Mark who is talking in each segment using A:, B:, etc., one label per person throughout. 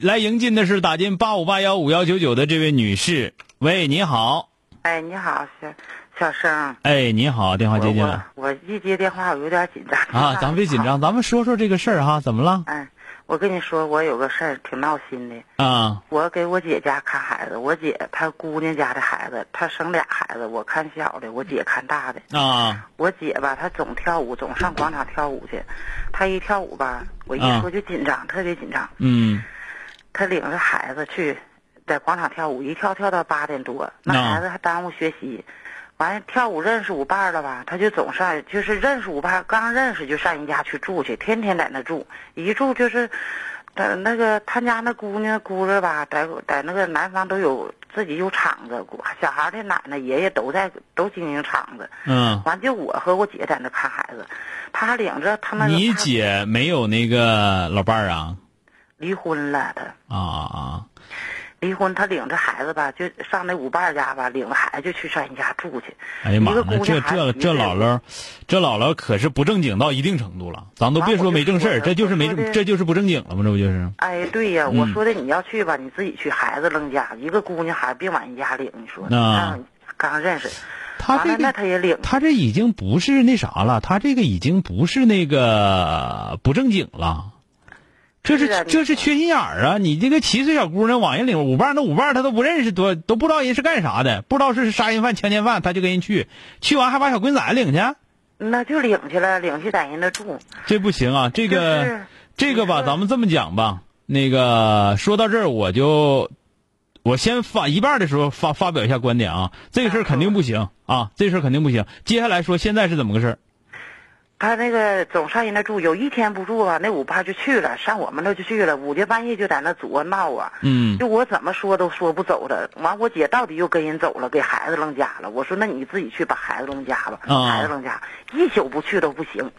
A: 来迎进的是打进八五八幺五幺九九的这位女士，喂，你好，
B: 哎，你好，小小生，
A: 哎，你好，电话
B: 我
A: 接进
B: 我
A: 来
B: 我一接电话我有点紧张
A: 啊，咱们别紧。张，咱们说说这个事儿哈，怎么了
B: 哎，我跟你说，我有个事儿挺闹心的。
A: 啊？
B: 我给我姐家看孩子，我姐她姑娘家的孩子，她生俩孩子，我看小的，我姐看大的。
A: 啊
B: 我姐吧，她总跳舞，总上广场跳舞去。她一跳舞吧，我
A: 啊
B: 一说就紧张，特别紧张。
A: 嗯
B: 她领着孩子去，在广场跳舞，一跳跳到八点多，那
A: 啊
B: 孩子还耽误学习。完了，跳舞认识舞伴了吧？他就总上，就是认识舞伴，刚认识就上人家去住去，天天在那住，一住就是，他那个他家那姑娘姑子吧，在在那个南方都有自己有厂子，小孩的奶奶爷爷都在都经营厂子。
A: 嗯。
B: 完就我和我姐在那看孩子，他还领着他们。
A: 你姐没有那个老伴儿啊？
B: 离婚了，他。
A: 啊啊！
B: 离婚，他领着孩子吧，就上那舞伴家吧，领着孩子就去上人家住去。
A: 哎呀妈
B: 一个姑
A: 呀，
B: 娘
A: 这
B: 孩
A: 这
B: 子
A: 这
B: 一个
A: 姥姥，这姥姥可是不正经到一定程度了。咱都别说没正事儿，
B: 完
A: 这啊
B: 我就说了
A: 就是没
B: 我说的
A: 这就是不正经了吗？这不就是？
B: 哎，对呀，
A: 嗯
B: 我说的你要去吧，你自己去，孩子扔家，一个姑娘孩子别往人家领，你说
A: 啊
B: 让刚认识，
A: 他
B: 完
A: 这
B: 了那
A: 个
B: 他也领，
A: 他这已经不是那啥了，他这个已经不是那个不正经了。这
B: 是
A: 是
B: 啊
A: 这是
B: 你
A: 缺心眼儿啊！你这个七岁小姑娘往人领舞伴儿，那舞伴儿她都不认识，多都不知道人是干啥的，不知道是杀人犯、强奸犯，她就跟人去，去完还把小闺女崽领去。
B: 那就领去了，领去在人那住。
A: 这不行啊，这个、
B: 就是
A: 这个吧，
B: 就是
A: 咱们这么讲吧，那个说到这儿，我就我先发一半儿的时候发发表一下观点啊，这个事儿肯定不行啊，这事儿肯定不行。接下来说现在是怎么个事儿？
B: 他那个总上人那住，有一天不住啊，那舞伴就去了，上我们那就去了，五更半夜就在那左闹啊。
A: 嗯
B: 就我怎么说都说不走的，完我姐到底又跟人走了，给孩子扔家了。我说那你自己去把孩子扔家吧，
A: 啊
B: 孩子扔家，一宿不去都不行，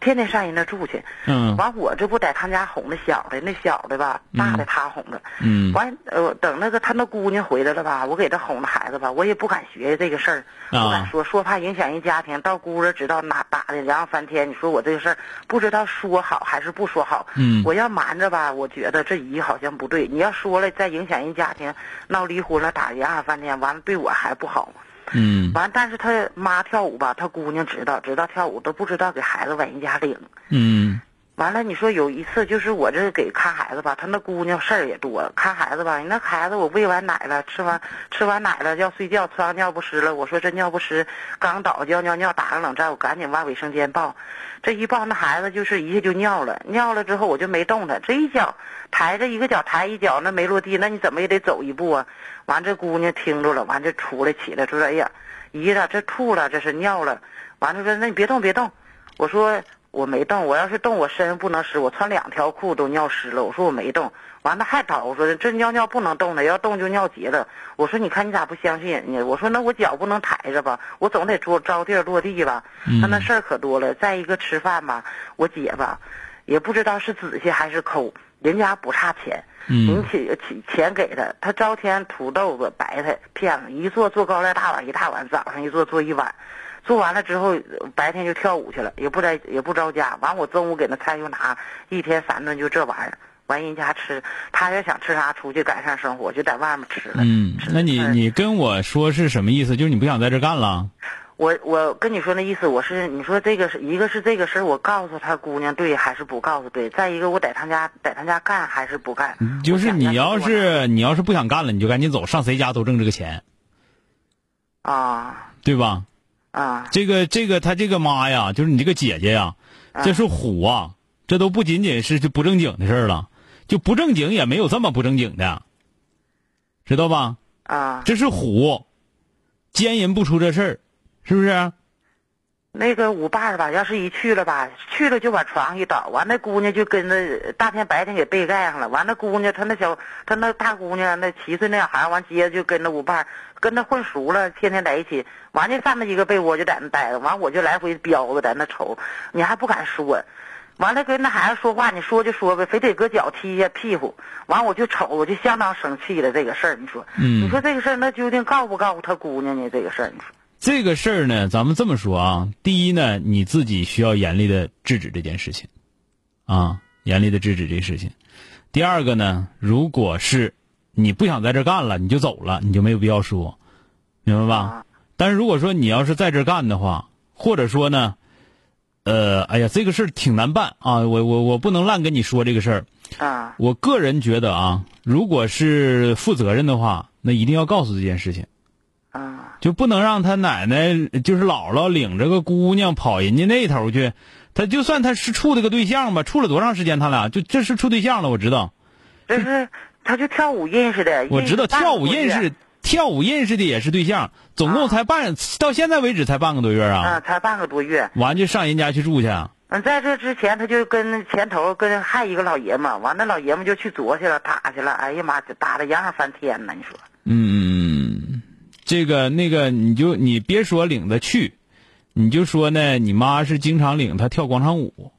B: 天天上人那住去。
A: 嗯
B: 完我这不在他家哄那小的，那小的吧，大的他哄着。
A: 嗯
B: 完呃，等那个他那姑娘回来了吧，我给他哄着孩子吧，我也不敢学这个事儿，
A: 啊
B: 不敢说，说怕影响人家庭。到姑子知道哪打的，然后翻天。你说我这个事儿不知道说好还是不说好？
A: 嗯
B: 我要瞒着吧，我觉得这姨好像不对。你要说了，再影响人家庭，闹离婚了，打人二翻天，完了对我还不好。
A: 嗯
B: 完，但是他妈跳舞吧，他姑娘知道，知道跳舞都不知道给孩子往人家领。
A: 嗯
B: 完了，你说有一次就是我这给看孩子吧，他那姑娘事儿也多，看孩子吧，那孩子我喂完奶了，吃完吃完奶了要睡觉，吃完尿不湿了，我说这尿不湿刚倒就要尿尿，打个冷战，我赶紧往卫生间抱，这一抱那孩子就是一下就尿了，尿了之后我就没动他，这一脚抬着一个脚抬一脚，那没落地，那你怎么也得走一步啊？完这姑娘听着了，完这出来起来就说哎呀，姨了这吐了这是尿了，完了说那你别动别动。我说我没动，我要是动我身上不能湿，我穿两条裤都尿湿了。我说我没动，完了还找我说这尿尿不能动的，要动就尿急了。我说你看你咋不相信人家？我说那我脚不能抬着吧，我总得着着地儿落地吧。他那事儿可多了，再一个吃饭吧，我姐吧，也不知道是仔细还是抠，人家不差钱。您
A: 嗯
B: 起起钱给他，他朝天土豆子、白菜、片子一做做高粱大碗一大碗，早上一做做一碗，做完了之后呃白天就跳舞去了，也不在也不着家。完我中午给那菜又拿，一天三顿就这玩意儿。完人家吃，他要想吃啥出去改善生活就在外面吃了。
A: 嗯，那你
B: 嗯
A: 你跟我说是什么意思？就是你不想在这儿干了？
B: 我我跟你说那意思，我是你说这个是一个是这个事儿，我告诉他姑娘对还是不告诉对，再一个我在他家在他家干还是不干。
A: 嗯就是
B: 我想
A: 你
B: 让他
A: 要
B: 给我
A: 是你要是不想干了，你就赶紧走，上谁家都挣这个钱，
B: 啊
A: 对吧？
B: 啊
A: 这个这个他这个妈呀，就是你这个姐姐呀，这是虎啊！这都不仅仅是就不正经的事儿了，就不正经也没有这么不正经的，知道吧？
B: 啊
A: 这是虎，奸淫不出这事儿，是不是？
B: 那个舞伴儿吧，要是一去了吧，去了就往床上一倒，完那姑娘就跟着大天白天给被盖上了，完那姑娘她那小她那大姑娘那七岁那小孩儿，完接着就跟着舞伴儿跟她混熟了，天天在一起，完就上那一个被窝就在那待着，完我就来回彪子在那瞅，你还不敢说。完了，跟那孩子说话，你说就说呗，非得搁脚踢呀屁股。完，我就瞅，我就相当生气了这个事儿。你说，
A: 嗯
B: 你说这个事儿，那究竟告不告他姑娘呢？这个事儿，你说。
A: 这个事儿呢，咱们这么说啊，第一呢，你自己需要严厉的制止这件事情，啊，严厉的制止这事情。第二个呢，如果是你不想在这儿干了，你就走了，你就没有必要说，明白吧
B: 啊？
A: 但是如果说你要是在这儿干的话，或者说呢，呃，哎呀，这个事儿挺难办啊，我我我不能烂跟你说这个事儿。
B: 啊，
A: 我个人觉得啊，如果是负责任的话，那一定要告诉这件事情。
B: 啊，
A: 就不能让他奶奶就是姥姥领着个姑娘跑人家那头去。他就算他是处的个对象吧，处了多长时间？他俩就这是处对象了，我知道，
B: 这是他就跳舞认识的，
A: 我知道
B: 认识嗯半
A: 跳
B: 个
A: 舞
B: 多月
A: 认识，跳舞认识的也是对象，总共才半、到现在为止才半个多月啊，
B: 啊，才半个多月。
A: 完就上人家去住去，啊
B: 嗯，在这之前，他就跟前头跟还一个老爷们儿，完那老爷们儿就去啄去了，打去了。哎呀妈，就打的洋洋翻天呐！你说
A: 嗯，这个那个你就你别说领他去，你就说呢，你妈是经常领他跳广场舞，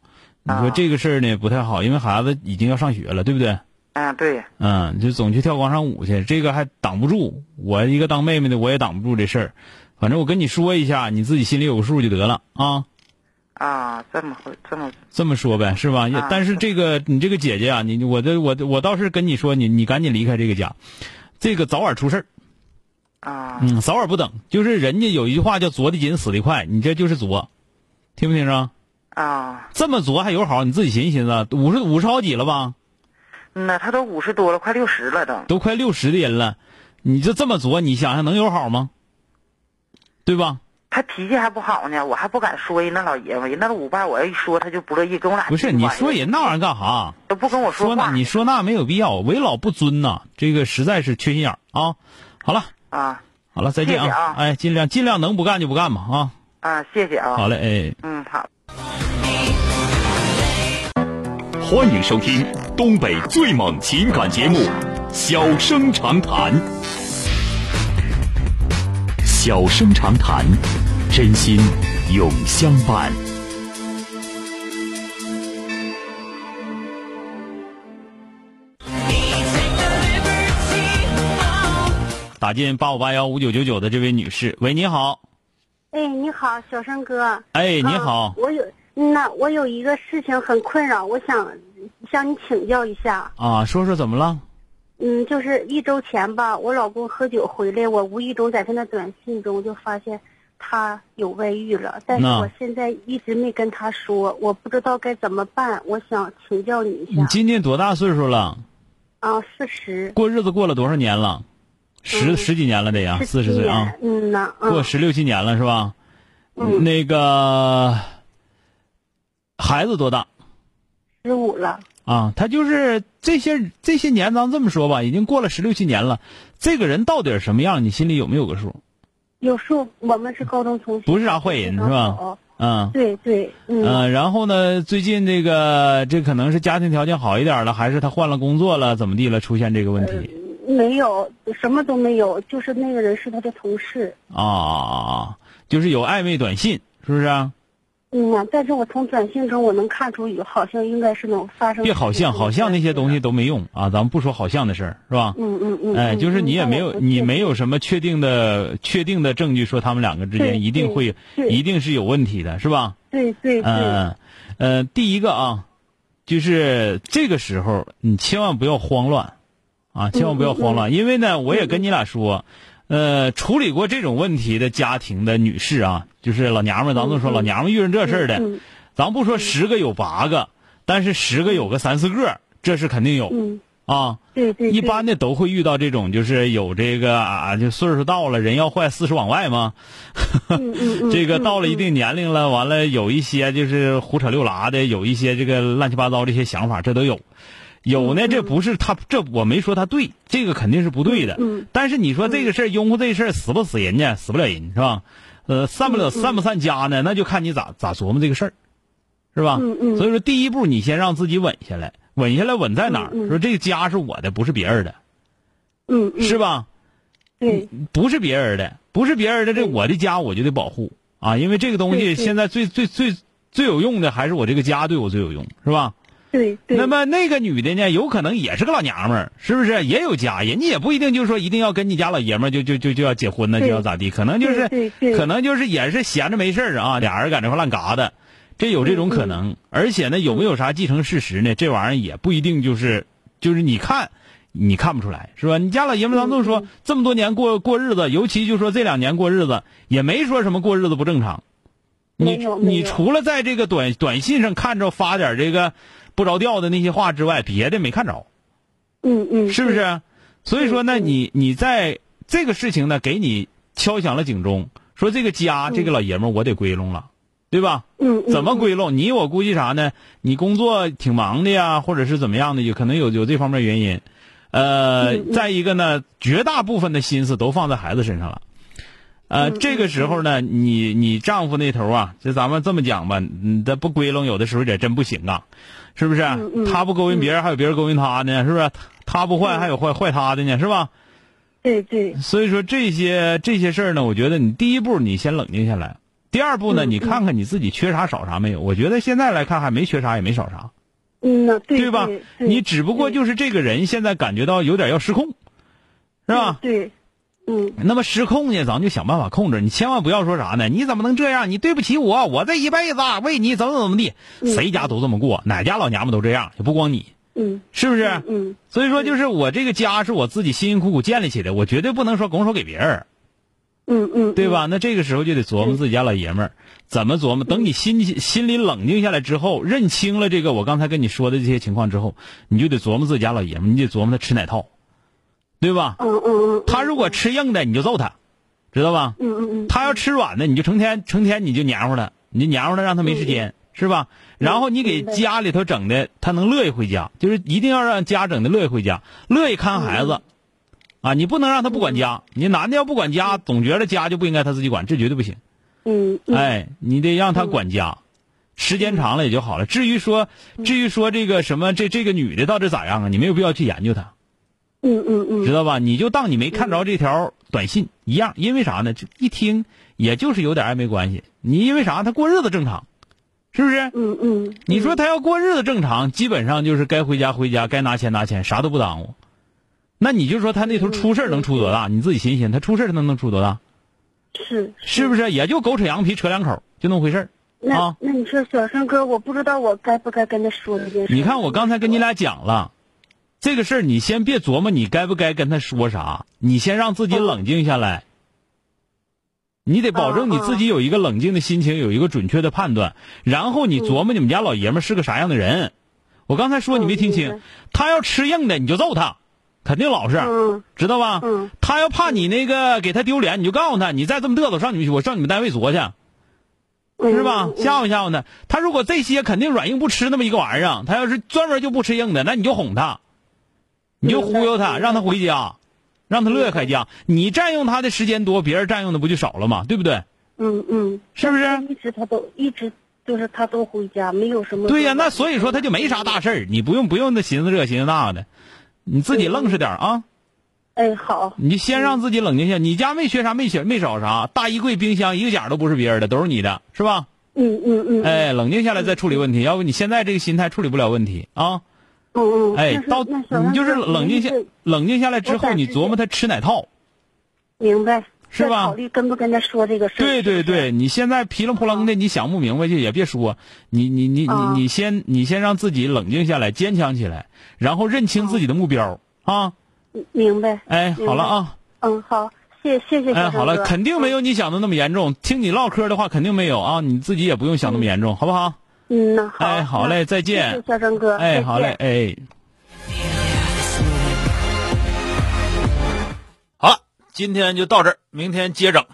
A: 你说
B: 啊
A: 这个事儿呢不太好，因为孩子已经要上学了，对不对？
B: 啊，对，
A: 嗯，就总去跳广场舞去，这个还挡不住。我一个当妹妹的，我也挡不住这事儿。反正我跟你说一下，你自己心里有个数就得了啊。
B: 啊，这么回这么
A: 这么说呗，是吧？也
B: 啊
A: 但是这个你这个姐姐啊，你我这我我倒是跟你说，你你赶紧离开这个家，这个早晚出事儿。
B: 啊
A: 嗯，早晚不等，就是人家有一句话叫“作的紧，死的快”，你这就是作，听没听着？
B: 啊，
A: 这么作还有好？你自己寻思寻思，五十五十好几了吧？
B: 嗯呐，他都五十多了，快六十了都。
A: 都快六十的人了，你就这么作，你想想能有好吗？对吧？
B: 他脾气还不好呢，我还不敢说人那老爷们儿，人那舞伴我要一说他就不乐意，跟我俩
A: 不是
B: 气
A: 你
B: 坏了
A: 说人那玩意儿干啥？
B: 都不跟我
A: 说
B: 话
A: 那你说那没有必要，为老不尊呐、这个实在是缺心眼儿啊！好了
B: 啊
A: 好了，再见
B: 谢谢
A: 啊
B: 啊！
A: 哎，尽量尽量能不干就不干吧
B: 啊，谢谢
A: 啊！
B: 啊，
A: 好嘞，哎。
B: 嗯好。
C: 欢迎收听东北最猛情感节目《小生长谈》。小生长谈，真心永相伴。
A: 哎打进八五八幺五九九九的这位女士，喂，你好，
D: 哎，你好，小生哥。
A: 哎，你
D: 啊
A: 好
D: 我有嗯呐，我有一个事情很困扰，我想向你请教一下。
A: 啊，说说怎么了？
D: 嗯，就是一周前吧，我老公喝酒回来，我无意中在他的短信中就发现他有外遇了，但是
A: 那
D: 我现在一直没跟他说，我不知道该怎么办。我想请教你一
A: 你
D: 下。
A: 今年多大岁数了？
D: 啊，四十，
A: 过日子过了多少年了？十
D: 嗯
A: 十几年了得呀，四十
D: 七
A: 岁啊
D: 年。。嗯呐，
A: 过
D: 嗯，
A: 十六七年了是吧？
D: 嗯
A: 那个孩子多大
D: 十五了。
A: 啊？他就是这些这些年，咱这么说吧，已经过了十六七年了。这个人到底什么样，你心里有没有个数？
D: 有时候我们是高中同学，
A: 不是啥坏人是吧？嗯
D: 对对，嗯。
A: 嗯、呃然后呢，最近这个这可能是家庭条件好一点了，还是他换了工作了，怎么地了，出现这个问题
D: 没有，什么都没有，就是那个人是他的同事。
A: 啊？就是有暧昧短信，是不是、啊？
D: 嗯呐，但是我从短信中我能看出有，好像应该是能发生。
A: 别好像好像那些东西。都没用啊，咱们不说好像的事儿，是吧？
D: 嗯嗯嗯。
A: 哎，
D: 嗯
A: 就是你
D: 嗯
A: 也
D: 但
A: 没
D: 我
A: 有，
D: 不
A: 你
D: 确
A: 没有什么确定的、确定的证据说他们两个之
D: 对
A: 间一定
D: 对
A: 会，
D: 对
A: 一定是有问题的，是吧？
D: 对对对、
A: 嗯，呃，第一个啊，就是这个时候你千万不要慌乱，啊，千万不要慌
D: 嗯
A: 乱，因为呢，我也跟你俩说，呃，处理过这种问题的家庭的女士啊，就是老娘们儿，咱们说
D: 嗯
A: 老娘们儿遇上这事儿的，
D: 嗯
A: 咱不说十个有八个，但是十个有个三四个，这是肯定有
D: 嗯，
A: 啊。
D: 对对。
A: 一
D: 对
A: 般的都会遇到这种，就是有这个啊，就岁数到了，人要坏，四十往外嘛。
D: 嗯嗯嗯
A: 这个
D: 嗯
A: 到了一
D: 嗯
A: 定年龄了，完了有一些就是胡扯六拉的，有一些这个乱七八糟这些想法，这都有。有
D: 嗯
A: 呢，这不是他，这我没说他对，这个肯定是不对的。
D: 嗯
A: 但是你说这个事儿，拥护这事儿死不死人家，死不了人是吧？呃，散
D: 嗯
A: 不了散不散家呢，那就看你咋咋琢磨这个事儿，是吧？
D: 嗯嗯
A: 所以说，第一步你先让自己稳下来，稳下来稳在哪儿？
D: 嗯嗯
A: 说这个家是我的，不是别人的，
D: 嗯嗯，
A: 是吧？
D: 对，
A: 不是别人的，不是别人的，这
D: 嗯
A: 我的家我就得保护啊，因为这个东西
D: 对对
A: 现在最最最最有用的还是我这个家对我最有用，是吧？
D: 对对。
A: 那么那个女的呢，有可能也是个老娘们儿，是不是？也有家，人家也不一定就是说一定要跟你家老爷们儿就就就就要结婚呢，就
D: 对
A: 要咋地？可能就是
D: 对对对
A: 可能就是也是闲着没事儿啊，俩人搁这块乱嘎达，这有这种可
D: 嗯
A: 能。而且呢，有没有啥继承事实呢？这玩意儿也不一定就是就是你看。你看不出来是吧？你家老爷们儿咱们都说、
D: 嗯
A: 这么多年过过日子，尤其就说这两年过日子，也没说什么过日子不正常。你
D: 没有没
A: 你
D: 有
A: 除了在这个短短信上看着发点这个不着调的那些话之外，别的没看着，
D: 嗯嗯，
A: 是不是？所以说呢，
D: 对对
A: 你你在这个事情呢，给你敲响了警钟，说这个家、这个老爷们儿我得归拢了，对吧？
D: 嗯？嗯，
A: 怎么归拢？你我估计啥呢？你工作挺忙的呀，或者是怎么样的，有可能有有这方面原因。呃，
D: 嗯嗯
A: 再一个呢，绝大部分的心思都放在孩子身上了。呃，
D: 嗯
A: 这个时候呢，你你丈夫那头啊，就咱们这么讲吧，你这不归拢，有的时候也真不行啊，是不是？
D: 嗯嗯
A: 他不勾引别人，还有别人勾引他呢，是不是？他他不坏，
D: 嗯
A: 还有坏坏他的呢，是吧？
D: 对对，
A: 所以说这些这些事儿呢，我觉得你第一步你先冷静下来，第二步呢，
D: 嗯
A: 你看看你自己缺啥少啥没有。我觉得现在来看还没缺啥也没少啥，
D: 嗯呐，对
A: 吧？你只不过
D: 对
A: 就是这个人现在感觉到有点要失控，是吧？
D: 对，嗯
A: 那么失控呢，咱们就想办法控制。你千万不要说啥呢？你怎么能这样？你对不起我，我这一辈子为你怎么怎么地。
D: 嗯
A: 谁家都这么过，哪家老娘们都这样，也不光你，
D: 嗯，
A: 是不是？
D: 嗯嗯，
A: 所以说，就是我这个家是我自己辛辛苦苦建立起来的，我绝对不能说拱手给别人。
D: 嗯嗯，
A: 对吧？那这个时候就得琢磨
D: 嗯
A: 自己家老爷们儿怎么琢磨。等你心心里冷静下来之后，认清了这个我刚才跟你说的这些情况之后，你就得琢磨自己家老爷们儿，你得琢磨他吃哪套，对吧？
D: 嗯？嗯嗯嗯，
A: 他如果吃硬的，你就揍他，知道吧？
D: 嗯嗯嗯，
A: 他要吃软的，你就成天成天你就黏糊他，你就黏糊他，让他没时间，是吧？然后你给
D: 明白
A: 家里头整的，他能乐意回家，就是一定要让家整的乐意回家，乐意看孩子，啊，你不能让他不管家。你男的要不管家，总觉得家就不应该他自己管，这绝对不行。
D: 嗯嗯，
A: 哎，你得让他管家，时间长了也就好了。至于说，至于说这个什么，这这个女的到底咋样啊？你没有必要去研究她，
D: 嗯嗯
A: 知
D: 嗯，
A: 道吧？你就当你没看着这条短信一样，因为啥呢？这一听也就是有点暧昧关系。你因为啥？她过日子正常，是不是？
D: 嗯嗯，
A: 你说她要过日子正常，基本上就是该回家回家，该拿钱拿钱，啥都不耽误。那你就说她
D: 嗯
A: 那头出事儿能出多大？你自己寻思寻，她出事儿她能能出多大？
D: 是
A: 是
D: 嗯
A: 不是？也就狗扯羊皮扯两口，就那么回事儿。
D: 那、
A: 啊
D: 那你说小生哥，我不知道我该不该跟他说这 件事。
A: 你看我刚才跟你，俩讲了，这个事儿你先别琢磨你该不该跟他说啥，你先让自己
D: 嗯
A: 冷静下来。你得保证你自己有一个冷静的心情，有一个准确的判断，然后你琢磨你们家老爷们儿是个啥样的人。我刚才说你没听
D: 嗯明
A: 清
D: 白，
A: 他要吃硬的你就揍他，肯定老实，
D: 嗯
A: 知道吧？
D: 嗯
A: 他要怕你那个给他丢脸，你就告诉他，你再这么嘚瑟，我上你们我上你们单位昨去。
D: 嗯，
A: 是吧？
D: 嗯
A: 吓唬吓唬他。他如果这些肯定软硬不吃那么一个玩意儿啊，他要是专门就不吃硬的，那你就哄他，你就忽悠他，
D: 嗯
A: 让他回家，让他乐意开家。你占用他的时间多，别人占用的不就少了吗？对不对？
D: 嗯嗯，嗯
A: 是不是
D: 但一直他都一直就是他都回家，没有什么。
A: 对呀、那所以说他就没啥大事儿，你不用不用那寻思这寻思那的，你自己愣实点儿啊。
D: 哎，好，
A: 你就先让自己冷静下，你家没缺啥，没缺没少啥，大衣柜、冰箱一个角儿都不是别人的，都是你的，是吧？
D: 嗯嗯嗯，，
A: 哎，冷静下来再处理问题，要不你现在这个心态处理不了问题啊。
D: 嗯嗯，
A: 哎
D: 那，是
A: 到
D: 那小生
A: 你就是
D: 哥
A: 冷静下
D: 您是，
A: 冷静下来之
D: 我
A: 后，
D: 感
A: 你
D: 觉
A: 琢磨他吃哪套。
D: 明白，
A: 是
D: 再
A: 吧
D: 考虑跟不跟他说这个事儿。
A: 对对对，你现在皮楞扑楞的，你想不明白就也别说，你你你你
D: 啊
A: 你先你先让自己冷静下来，坚强起来，然后认清自己的目标啊！
D: 明白。
A: 哎，
D: 明白
A: 好了啊，
D: 嗯，好，谢谢谢
A: 哎，
D: 小生哥。
A: 好了，肯定没有你想的那么严重。听你唠嗑的话，肯定没有啊，你自己也不用想那么严重，好不好？
D: 嗯，那好。
A: 哎，好嘞，再
D: 那
A: 见
D: 谢谢。小生哥。嗯再
A: 哎，
D: 见
A: 好嘞，。哎。好了，
C: 今天就到这儿，明天接着。